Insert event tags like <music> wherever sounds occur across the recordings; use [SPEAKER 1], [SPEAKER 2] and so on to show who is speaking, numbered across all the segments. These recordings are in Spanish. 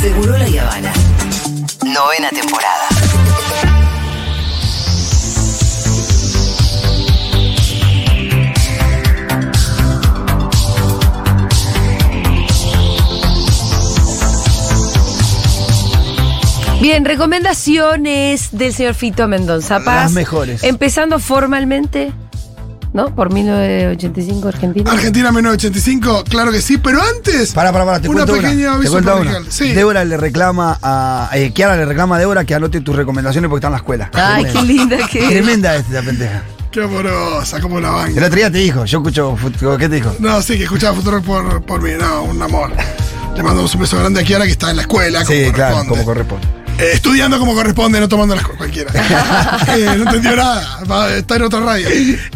[SPEAKER 1] Seguro la Habana. Novena temporada.
[SPEAKER 2] Bien, recomendaciones del señor Fito Mendoza Paz.
[SPEAKER 3] Las mejores.
[SPEAKER 2] em- Empezando formalmente, ¿no? Por 1985 Argentina.
[SPEAKER 4] Argentina 1985, claro que sí, pero antes.
[SPEAKER 3] Pará, pará, pará, te
[SPEAKER 4] Una
[SPEAKER 3] cuento
[SPEAKER 4] pequeña
[SPEAKER 3] una. Te
[SPEAKER 4] aviso
[SPEAKER 3] cuento una.
[SPEAKER 4] parroquial, sí.
[SPEAKER 3] Débora le reclama a. eh, Kiara le reclama a Débora que anote tus recomendaciones porque está en la escuela.
[SPEAKER 2] Ay, qué
[SPEAKER 3] Tremenda.
[SPEAKER 2] linda que es.
[SPEAKER 3] Tremenda esta pendeja.
[SPEAKER 4] Qué amorosa, como la
[SPEAKER 3] El
[SPEAKER 4] banca.
[SPEAKER 3] otro día te dijo, yo escucho. fut- ¿Qué te dijo?
[SPEAKER 4] No, sí, que escuchaba Futuro por, por mí, no, un amor. Le mandamos un beso grande a Kiara que está en la escuela.
[SPEAKER 3] Sí, claro, como
[SPEAKER 4] corresponde.
[SPEAKER 3] corresponde.
[SPEAKER 4] Eh, estudiando como corresponde, no tomando las co-
[SPEAKER 3] <laughs>
[SPEAKER 4] cualquiera. <laughs> Eh, no entendió nada, va, está en otra radio.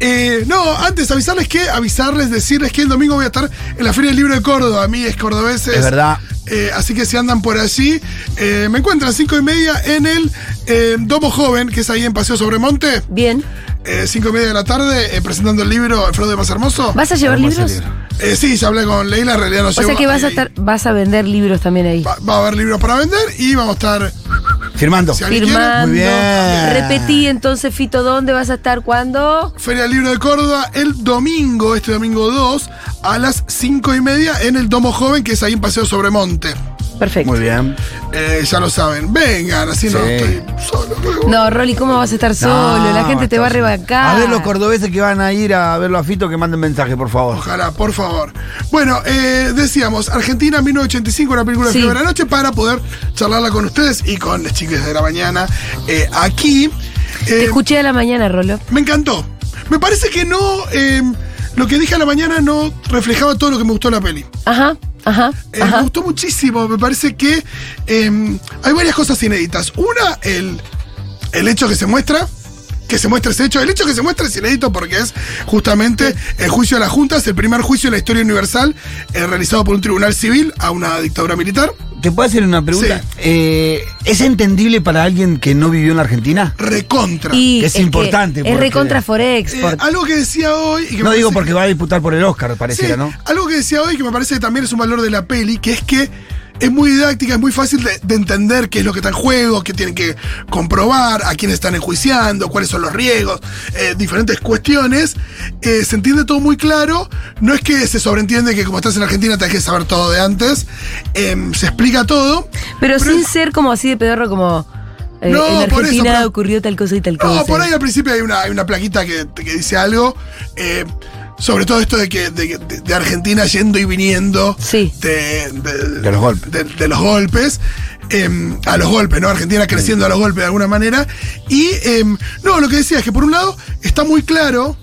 [SPEAKER 4] Eh, no, antes avisarles que, avisarles, decirles que el domingo voy a estar en la Feria del Libro de Córdoba, a mí es cordobeses.
[SPEAKER 3] Es verdad.
[SPEAKER 4] Eh, así que si andan por allí, eh, me encuentran cinco y media en el eh, Domo Joven, que es ahí en Paseo Sobremonte,
[SPEAKER 2] Bien.
[SPEAKER 4] eh, cinco y media de la tarde, eh, presentando el libro El fraude más hermoso.
[SPEAKER 2] ¿Vas a llevar
[SPEAKER 3] Hermoso
[SPEAKER 2] libros?
[SPEAKER 3] libro.
[SPEAKER 4] Eh, sí, ya hablé con Leila, en realidad no
[SPEAKER 2] O sea que vas a
[SPEAKER 4] ahí.
[SPEAKER 2] estar, vas a vender libros también ahí.
[SPEAKER 4] Va, va a haber libros para vender y vamos a estar.
[SPEAKER 3] Firmando.
[SPEAKER 4] Si alguien quiere,
[SPEAKER 2] Firmando.
[SPEAKER 3] Muy bien.
[SPEAKER 2] Repetí entonces, Fito, ¿dónde vas a estar? ¿Cuándo?
[SPEAKER 4] Feria del Libro de Córdoba el domingo, este domingo 2, a las 5 y media en el Domo Joven, que es ahí en Paseo Sobremonte.
[SPEAKER 2] Perfecto.
[SPEAKER 3] Muy bien.
[SPEAKER 4] Eh, ya lo saben, vengan, así no
[SPEAKER 3] Sí.
[SPEAKER 4] estoy solo. luego.
[SPEAKER 2] No, Rolly, ¿cómo vas a estar solo?
[SPEAKER 3] No,
[SPEAKER 2] La gente te va a
[SPEAKER 3] entonces-
[SPEAKER 2] rebancar.
[SPEAKER 3] A ver los cordobeses que van a ir a verlo a Fito que manden mensaje, por favor.
[SPEAKER 4] Ojalá, por favor. Bueno, eh, decíamos, Argentina 1985, una película
[SPEAKER 2] Sí.
[SPEAKER 4] de la noche, para poder charlarla con ustedes y con las chicas de la mañana eh, aquí.
[SPEAKER 2] Te
[SPEAKER 4] Eh,
[SPEAKER 2] escuché a la mañana, Rolo.
[SPEAKER 4] Me encantó. Me parece que no. eh, lo que dije a la mañana no reflejaba todo lo que me gustó de la peli.
[SPEAKER 2] Ajá, ajá,
[SPEAKER 4] Eh, me
[SPEAKER 2] ajá.
[SPEAKER 4] gustó muchísimo. Me parece que eh, hay varias cosas inéditas. Una, el, el hecho que se muestra. Que se muestra ese hecho. El hecho que se muestra es inédito porque es justamente el juicio de las juntas, el primer juicio de la historia universal eh, realizado por un tribunal civil a una dictadura militar.
[SPEAKER 3] ¿Te puedo hacer una pregunta?
[SPEAKER 4] Sí.
[SPEAKER 3] Eh, ¿Es entendible para alguien que no vivió en la Argentina?
[SPEAKER 4] Recontra.
[SPEAKER 2] Y
[SPEAKER 3] que es importante,
[SPEAKER 2] es
[SPEAKER 3] porque-
[SPEAKER 2] recontra
[SPEAKER 4] Eh,
[SPEAKER 2] Forexport.
[SPEAKER 4] algo que decía hoy. y que
[SPEAKER 3] No
[SPEAKER 4] me
[SPEAKER 3] digo
[SPEAKER 4] parece
[SPEAKER 3] porque va a disputar por el Oscar, pareciera,
[SPEAKER 4] Sí,
[SPEAKER 3] ¿no?
[SPEAKER 4] Algo que decía hoy que me parece que también es un valor de la peli, que es que es muy didáctica, es muy fácil de, de entender qué es lo que está en juego, qué tienen que comprobar, a quién están enjuiciando, cuáles son los riesgos, eh, diferentes cuestiones. Eh, se entiende todo muy claro. No es que se sobreentiende que como estás en Argentina tenés que saber todo de antes. Em, se explica todo.
[SPEAKER 2] pero, sin ser como así de pedorro, como eh,
[SPEAKER 4] No,
[SPEAKER 2] en
[SPEAKER 4] por
[SPEAKER 2] Argentina
[SPEAKER 4] eso, pero-
[SPEAKER 2] ocurrió tal cosa y tal cosa.
[SPEAKER 4] No, por ahí al principio hay una, hay una plaquita que, que dice algo. eh, sobre todo esto de que de, de- de Argentina yendo y viniendo
[SPEAKER 2] Sí.
[SPEAKER 4] de, de-
[SPEAKER 3] De los golpes.
[SPEAKER 4] de- de los golpes, em, a los golpes, ¿no? Argentina creciendo a los golpes de alguna manera. Y em, no, lo que decía es que por un lado está muy claro.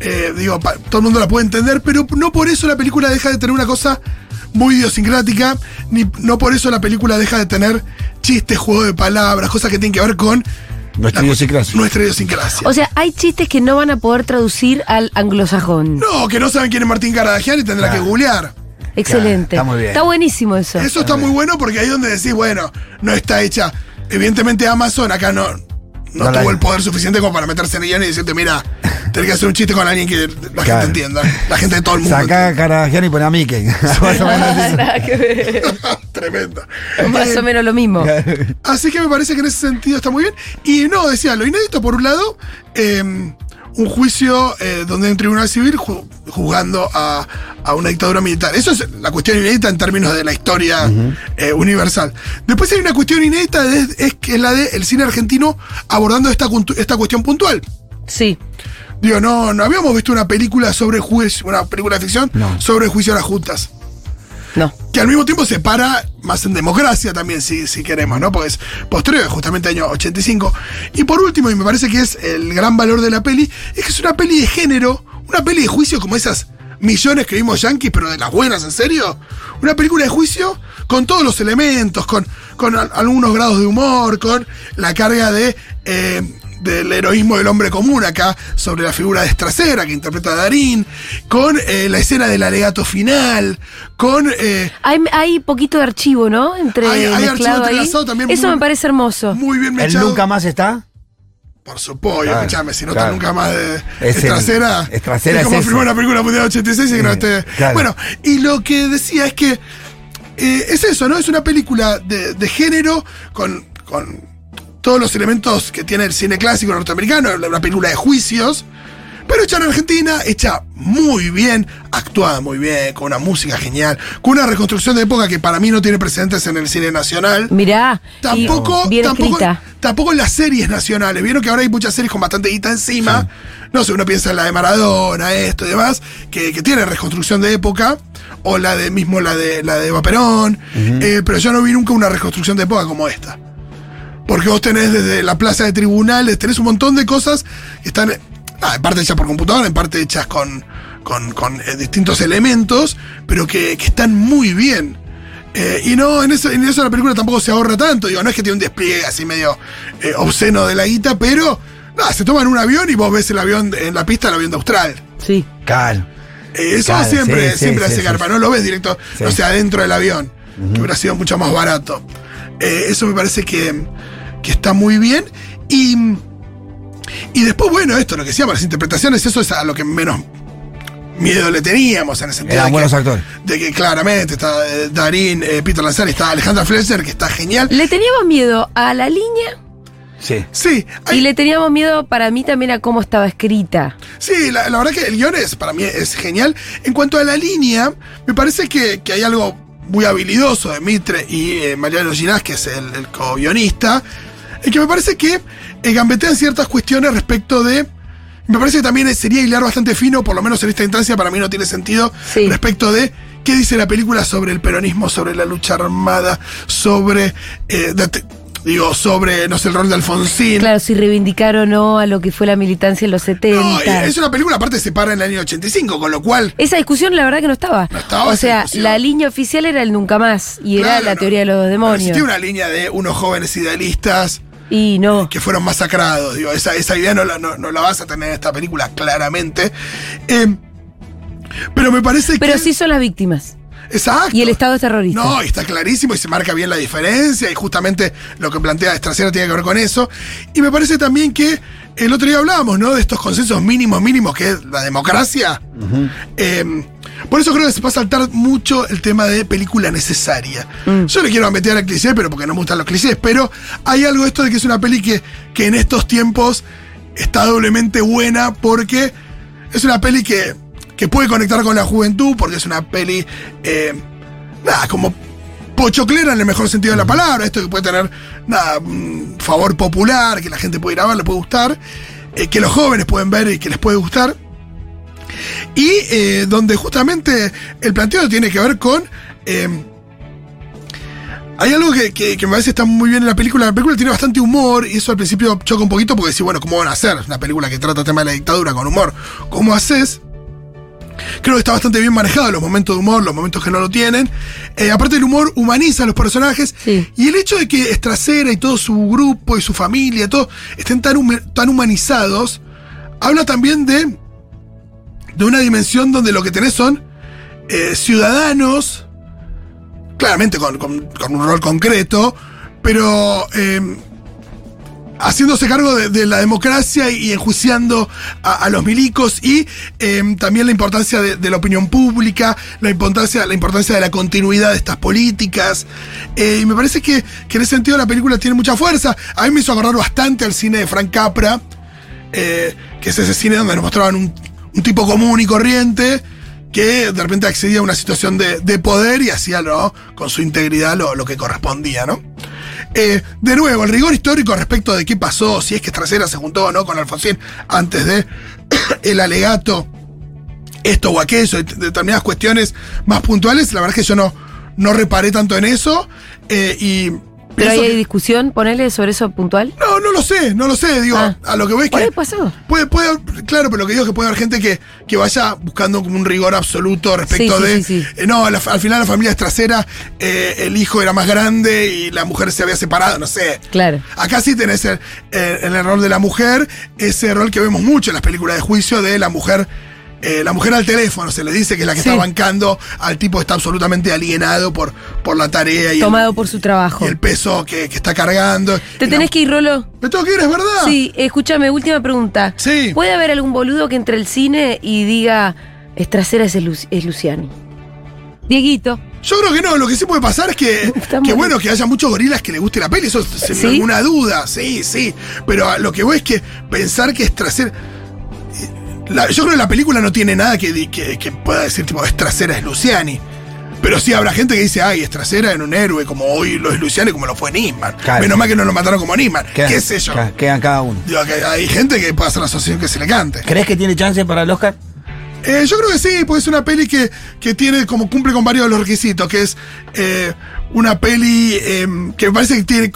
[SPEAKER 4] eh, digo, pa- todo el mundo la puede entender, pero no por eso la película deja de tener una cosa muy idiosincrática, ni no por eso la película deja de tener chistes, juego de palabras, cosas que tienen que ver con
[SPEAKER 3] Nuestra
[SPEAKER 4] la-
[SPEAKER 3] idiosincrasia.
[SPEAKER 4] Nuestra idiosincrasia.
[SPEAKER 2] O sea, hay chistes que no van a poder traducir al anglosajón.
[SPEAKER 4] no, que no saben quién es Martín Caradagian y tendrá
[SPEAKER 3] Claro.
[SPEAKER 4] que googlear.
[SPEAKER 2] Excelente.
[SPEAKER 3] Está muy bien.
[SPEAKER 2] Está buenísimo eso. <laughs>
[SPEAKER 4] Eso está muy bueno porque ahí es donde decís, bueno, no está hecha. Evidentemente Amazon acá no, no
[SPEAKER 3] No la-
[SPEAKER 4] tuvo el poder suficiente como para meterse en el guión y
[SPEAKER 3] <laughs>
[SPEAKER 4] decirte, mira, tenés que hacer un chiste con alguien que la
[SPEAKER 3] Claro.
[SPEAKER 4] gente entienda. La gente de todo el mundo.
[SPEAKER 3] Sacá
[SPEAKER 4] <laughs>
[SPEAKER 3] a Caradagian y poné a Mickey.
[SPEAKER 5] <laughs>
[SPEAKER 3] Más o menos eso.
[SPEAKER 2] Nada que ver.
[SPEAKER 4] Tremenda.
[SPEAKER 2] Más
[SPEAKER 4] Eh,
[SPEAKER 2] o menos lo mismo.
[SPEAKER 4] Así que me parece que en ese sentido está muy bien. Y no, decía, lo inédito por un lado, eh, un juicio eh, donde hay un tribunal civil ju- juzgando a, a una dictadura militar. Eso es la cuestión inédita en términos de la historia eh, universal. Después hay una cuestión inédita, es, es que es la del cine argentino abordando esta, cultu- esta cuestión puntual.
[SPEAKER 2] Sí.
[SPEAKER 4] Digo, no, no habíamos visto una película sobre juicio, una película de ficción
[SPEAKER 3] No.
[SPEAKER 4] sobre el juicio a las juntas
[SPEAKER 2] No.
[SPEAKER 4] que al mismo tiempo se para más en democracia también, si, si queremos, ¿no? Porque es posterior, justamente año 85. Y por último, y me parece que es el gran valor de la peli, es que es una peli de género, una peli de juicio como esas millones que vimos yankees, pero de las buenas, ¿en serio? Una película de juicio con todos los elementos, con, con al- algunos grados de humor, con la carga de... eh, del heroísmo del hombre común acá, sobre la figura de Estracera que interpreta Darín, con eh, la escena del alegato final, con eh,
[SPEAKER 2] Hay, hay poquito de archivo, ¿no? Entre
[SPEAKER 4] Hay- hay archivo
[SPEAKER 2] mezclado ahí.
[SPEAKER 4] entrelazado también
[SPEAKER 2] Eso
[SPEAKER 4] muy-
[SPEAKER 2] me parece hermoso.
[SPEAKER 4] Muy bien
[SPEAKER 3] ¿El
[SPEAKER 4] mechado.
[SPEAKER 3] nunca más está?
[SPEAKER 4] Por supuesto,
[SPEAKER 3] Claro,
[SPEAKER 4] escúchame, si no
[SPEAKER 3] claro.
[SPEAKER 4] está nunca más de
[SPEAKER 3] Es el-
[SPEAKER 4] trasera.
[SPEAKER 3] es trasera,
[SPEAKER 4] Es como
[SPEAKER 3] es
[SPEAKER 4] firmar
[SPEAKER 3] eso.
[SPEAKER 4] una película mundial 86 y que no
[SPEAKER 3] Sí,
[SPEAKER 4] esté.
[SPEAKER 3] claro.
[SPEAKER 4] Bueno, y lo que decía es que eh, es eso, ¿no? Es una película de, de género con, con todos los elementos que tiene el cine clásico norteamericano, una película de juicios, pero hecha en Argentina, hecha muy bien, actuada muy bien, con una música genial, con una reconstrucción de época que para mí no tiene precedentes en el cine nacional.
[SPEAKER 2] Mirá. y
[SPEAKER 4] Tampoco,
[SPEAKER 2] bien
[SPEAKER 4] tampoco,
[SPEAKER 2] escrita.
[SPEAKER 4] tampoco en las series nacionales. Vieron que ahora hay muchas series con bastante guita encima. No sé, uno piensa en la de Maradona, esto y demás, que, que tiene reconstrucción de época. O la de mismo la de la de Eva Perón. Eh, pero yo no vi nunca una reconstrucción de época como esta. Porque vos tenés desde la plaza de tribunales, tenés un montón de cosas que están nada, en parte hechas por computadora, en parte hechas con, con, con, eh, distintos elementos, pero que, que están muy bien. Eh, y no, en eso, en eso la película tampoco se ahorra tanto. Digo, no es que tiene un despliegue así medio eh, obsceno de la guita, pero nada, se toman un avión y vos ves el avión de- en la pista, el avión de Austral.
[SPEAKER 2] Sí.
[SPEAKER 3] Claro.
[SPEAKER 4] Eh, eso
[SPEAKER 3] Claro,
[SPEAKER 4] siempre,
[SPEAKER 3] sí, sí,
[SPEAKER 4] siempre
[SPEAKER 3] sí,
[SPEAKER 4] hace
[SPEAKER 3] sí,
[SPEAKER 4] carpa,
[SPEAKER 3] sí.
[SPEAKER 4] no lo ves directo,
[SPEAKER 3] Sí.
[SPEAKER 4] no sea dentro del avión, que hubiera sido mucho más barato. Eh, eso me parece que, que está muy bien. Y, y después, bueno, esto, lo que decíamos, las interpretaciones, eso es a lo que menos miedo le teníamos en el sentido
[SPEAKER 3] Eran
[SPEAKER 4] de,
[SPEAKER 3] buenos
[SPEAKER 4] que,
[SPEAKER 3] actores.
[SPEAKER 4] de que claramente está eh, Darín, eh, Peter Lanzani, está Alejandra Fletcher, que está genial.
[SPEAKER 2] Le teníamos miedo a la línea
[SPEAKER 3] Sí.
[SPEAKER 4] sí, hay-
[SPEAKER 2] y le teníamos miedo para mí también a cómo estaba escrita.
[SPEAKER 4] Sí, la, la verdad que el guión es, para mí es genial. En cuanto a la línea, me parece que, que hay algo muy habilidoso de Mitre y eh, Mariano Ginás, que es el, el co-guionista, en que me parece que eh, gambetean ciertas cuestiones respecto de... Me parece que también sería hilar bastante fino, por lo menos en esta instancia para mí no tiene sentido,
[SPEAKER 2] Sí.
[SPEAKER 4] respecto de qué dice la película sobre el peronismo, sobre la lucha armada, sobre... eh, date- digo, sobre, no sé, el rol de Alfonsín.
[SPEAKER 2] Claro, si reivindicar o no a lo que fue la militancia en los 70.
[SPEAKER 4] No, y es una película aparte se para en el año 85, con lo cual
[SPEAKER 2] Esa discusión la verdad que no estaba.
[SPEAKER 4] No estaba
[SPEAKER 2] o
[SPEAKER 4] esa
[SPEAKER 2] sea,
[SPEAKER 4] discusión.
[SPEAKER 2] la línea oficial era el nunca más y era
[SPEAKER 4] Claro,
[SPEAKER 2] la
[SPEAKER 4] no.
[SPEAKER 2] teoría de los
[SPEAKER 4] no
[SPEAKER 2] demonios.
[SPEAKER 4] existía una línea de unos jóvenes idealistas
[SPEAKER 2] Y no.
[SPEAKER 4] que fueron masacrados. Digo, esa, esa idea no la, no- no la vas a tener en esta película, claramente. Eh, pero me parece
[SPEAKER 2] Pero
[SPEAKER 4] que.
[SPEAKER 2] sí son las víctimas.
[SPEAKER 4] Exacto.
[SPEAKER 2] Y el Estado es terrorista.
[SPEAKER 4] No, y está clarísimo y se marca bien la diferencia y justamente lo que plantea Estracera tiene que ver con eso. Y me parece también que el otro día hablábamos, ¿no? De estos consensos mínimos, mínimos, que es la democracia. Eh, por eso creo que se va a saltar mucho el tema de película necesaria. Yo le quiero meter al cliché, pero porque no me gustan los clichés, pero hay algo de esto de que es una peli que, que en estos tiempos está doblemente buena porque es una peli que, que puede conectar con la juventud, porque es una peli... eh, nada, como pochoclera en el mejor sentido de la palabra, esto que puede tener nada, mm, favor popular, que la gente puede ir a ver, le puede gustar, eh, que los jóvenes pueden ver y que les puede gustar. Y eh, donde justamente el planteo tiene que ver con. eh, hay algo que, que- que me parece está muy bien en la película. La película tiene bastante humor y eso al principio choca un poquito porque decís, bueno, ¿cómo van a hacer? Una película que trata el tema de la dictadura con humor. ¿Cómo haces? creo que está bastante bien manejado los momentos de humor, los momentos que no lo tienen. Eh, aparte el humor humaniza a los personajes
[SPEAKER 2] Sí.
[SPEAKER 4] y el hecho de que Estracera y todo su grupo y su familia, todo, estén tan, hum- tan humanizados, habla también de, de una dimensión donde lo que tenés son eh, ciudadanos, claramente con, con- con un rol concreto, pero... eh, haciéndose cargo de, de la democracia y enjuiciando a, a los milicos y eh, también la importancia de, de la opinión pública, la importancia, la importancia de la continuidad de estas políticas. Eh, y me parece que, que en ese sentido la película tiene mucha fuerza. A mí me hizo acordar bastante al cine de Frank Capra, eh, que es ese cine donde nos mostraban un, un tipo común y corriente que de repente accedía a una situación de, de poder y hacía ¿no? con su integridad lo, lo que correspondía, ¿no? Eh, de nuevo, el rigor histórico respecto de qué pasó, si es que Trasera se juntó o no con Alfonsín antes de <clears throat> el alegato, esto o aquello, y determinadas cuestiones más puntuales, la verdad es que yo no, no reparé tanto en eso. eh, y
[SPEAKER 2] Pero ahí
[SPEAKER 4] pienso
[SPEAKER 2] hay
[SPEAKER 4] que-
[SPEAKER 2] discusión, ponele sobre eso puntual.
[SPEAKER 4] no, no lo sé, no lo sé, digo,
[SPEAKER 2] Ah.
[SPEAKER 4] a lo que voy es
[SPEAKER 2] ¿Por
[SPEAKER 4] que...
[SPEAKER 2] ahí pasó?
[SPEAKER 4] Puede, puede, haber- claro, pero lo que digo es que puede haber gente que, que vaya buscando como un rigor absoluto respecto
[SPEAKER 2] Sí, sí,
[SPEAKER 4] de.
[SPEAKER 2] sí, sí.
[SPEAKER 4] eh, no, la- al final la familia es trasera, eh, el hijo era más grande y la mujer se había separado, no sé.
[SPEAKER 2] Claro.
[SPEAKER 4] Acá sí tenés el, el- el rol de la mujer, ese rol que vemos mucho en las películas de juicio de la mujer. eh, la mujer al teléfono se le dice que es la que
[SPEAKER 2] Sí.
[SPEAKER 4] está bancando al tipo que está absolutamente alienado por, por la tarea y,
[SPEAKER 2] Tomado por su trabajo.
[SPEAKER 4] el, y el peso que, que está cargando.
[SPEAKER 2] Te
[SPEAKER 4] Y la-
[SPEAKER 2] tenés que ir, Rolo.
[SPEAKER 4] Me tengo que ir, es verdad.
[SPEAKER 2] Sí, escúchame, última pregunta.
[SPEAKER 4] Ah. Sí.
[SPEAKER 2] ¿Puede haber algún boludo que entre al cine y diga, Estracera es, el Lu- es Luciani? Dieguito,
[SPEAKER 4] Yo creo que no, lo que sí puede pasar es que,
[SPEAKER 2] <laughs> Está
[SPEAKER 4] que
[SPEAKER 2] mal.
[SPEAKER 4] bueno, que haya muchos gorilas que les guste la peli, eso sin
[SPEAKER 2] ¿Sí?
[SPEAKER 4] ninguna duda, sí, sí. Pero a lo que voy es que pensar que es trasera. eh, la- yo creo que la película no tiene nada que, di- que- que pueda decir, tipo, es trasera, es Luciani. Pero sí habrá gente que dice, ay, es trasera en un héroe, como hoy lo es Luciani, como lo fue Nisman.
[SPEAKER 3] Claro.
[SPEAKER 4] Menos mal que no lo mataron como Nisman.
[SPEAKER 3] Quedan-
[SPEAKER 4] ¿Qué sé yo?
[SPEAKER 3] ca- Quedan cada uno.
[SPEAKER 4] Digo, que hay gente que puede hacer la asociación que se le cante.
[SPEAKER 5] ¿Crees que tiene chance para el Oscar?
[SPEAKER 4] Eh, yo creo que sí, porque es una peli que, que tiene como cumple con varios de los requisitos, que es eh, una peli eh, que me parece que tiene,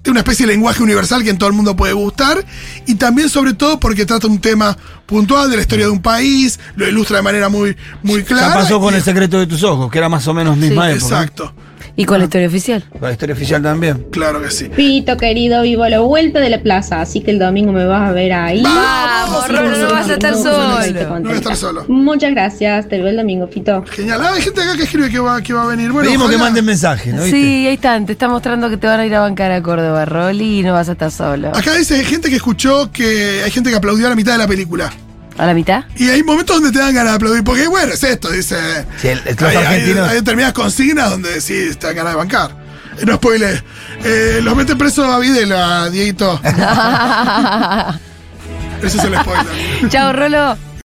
[SPEAKER 4] tiene una especie de lenguaje universal que en todo el mundo puede gustar, y también sobre todo porque trata un tema puntual de la historia de un país, lo ilustra de manera muy, muy clara.
[SPEAKER 5] Ya pasó con
[SPEAKER 4] y-
[SPEAKER 5] El secreto de tus ojos, que era más o menos misma época.
[SPEAKER 4] Exacto,
[SPEAKER 2] Y
[SPEAKER 4] Ah.
[SPEAKER 2] con la historia oficial.
[SPEAKER 3] Con la historia oficial también.
[SPEAKER 4] claro que sí.
[SPEAKER 6] Pito querido, vivo a la vuelta de la plaza, así que el domingo me vas a ver ahí.
[SPEAKER 2] Vamos,
[SPEAKER 6] Sí,
[SPEAKER 2] Rolo, no
[SPEAKER 6] sí,
[SPEAKER 2] vas a estar
[SPEAKER 6] sí,
[SPEAKER 2] solo.
[SPEAKER 6] sí, te contenta.
[SPEAKER 4] No voy a estar solo.
[SPEAKER 6] Muchas gracias, te veo el domingo, Pito.
[SPEAKER 4] Genial. Ah, hay gente acá que escribe que va, que va a venir. Bueno,
[SPEAKER 5] Pedimos que
[SPEAKER 4] ojalá.
[SPEAKER 5] manden mensajes, ¿no? ¿Viste?
[SPEAKER 2] Sí, ahí están. Te está mostrando que te van a ir a bancar a Córdoba, Rolly, y no vas a estar solo.
[SPEAKER 4] Acá dice hay gente que escuchó que hay gente que aplaudió a la mitad de la película.
[SPEAKER 2] ¿A la mitad? <laughs>
[SPEAKER 4] Y hay momentos donde te dan ganas de aplaudir, porque bueno, es esto, dice.
[SPEAKER 3] Sí, el- los
[SPEAKER 4] hay, hay-
[SPEAKER 3] argentinos-
[SPEAKER 4] hay determinadas consignas donde sí te dan ganas de bancar. Eh, No spoilees. Eh, los mete preso
[SPEAKER 3] <laughs>
[SPEAKER 4] a Videla, Dieguito. Ese es el spoiler.
[SPEAKER 2] Chao, Rolo.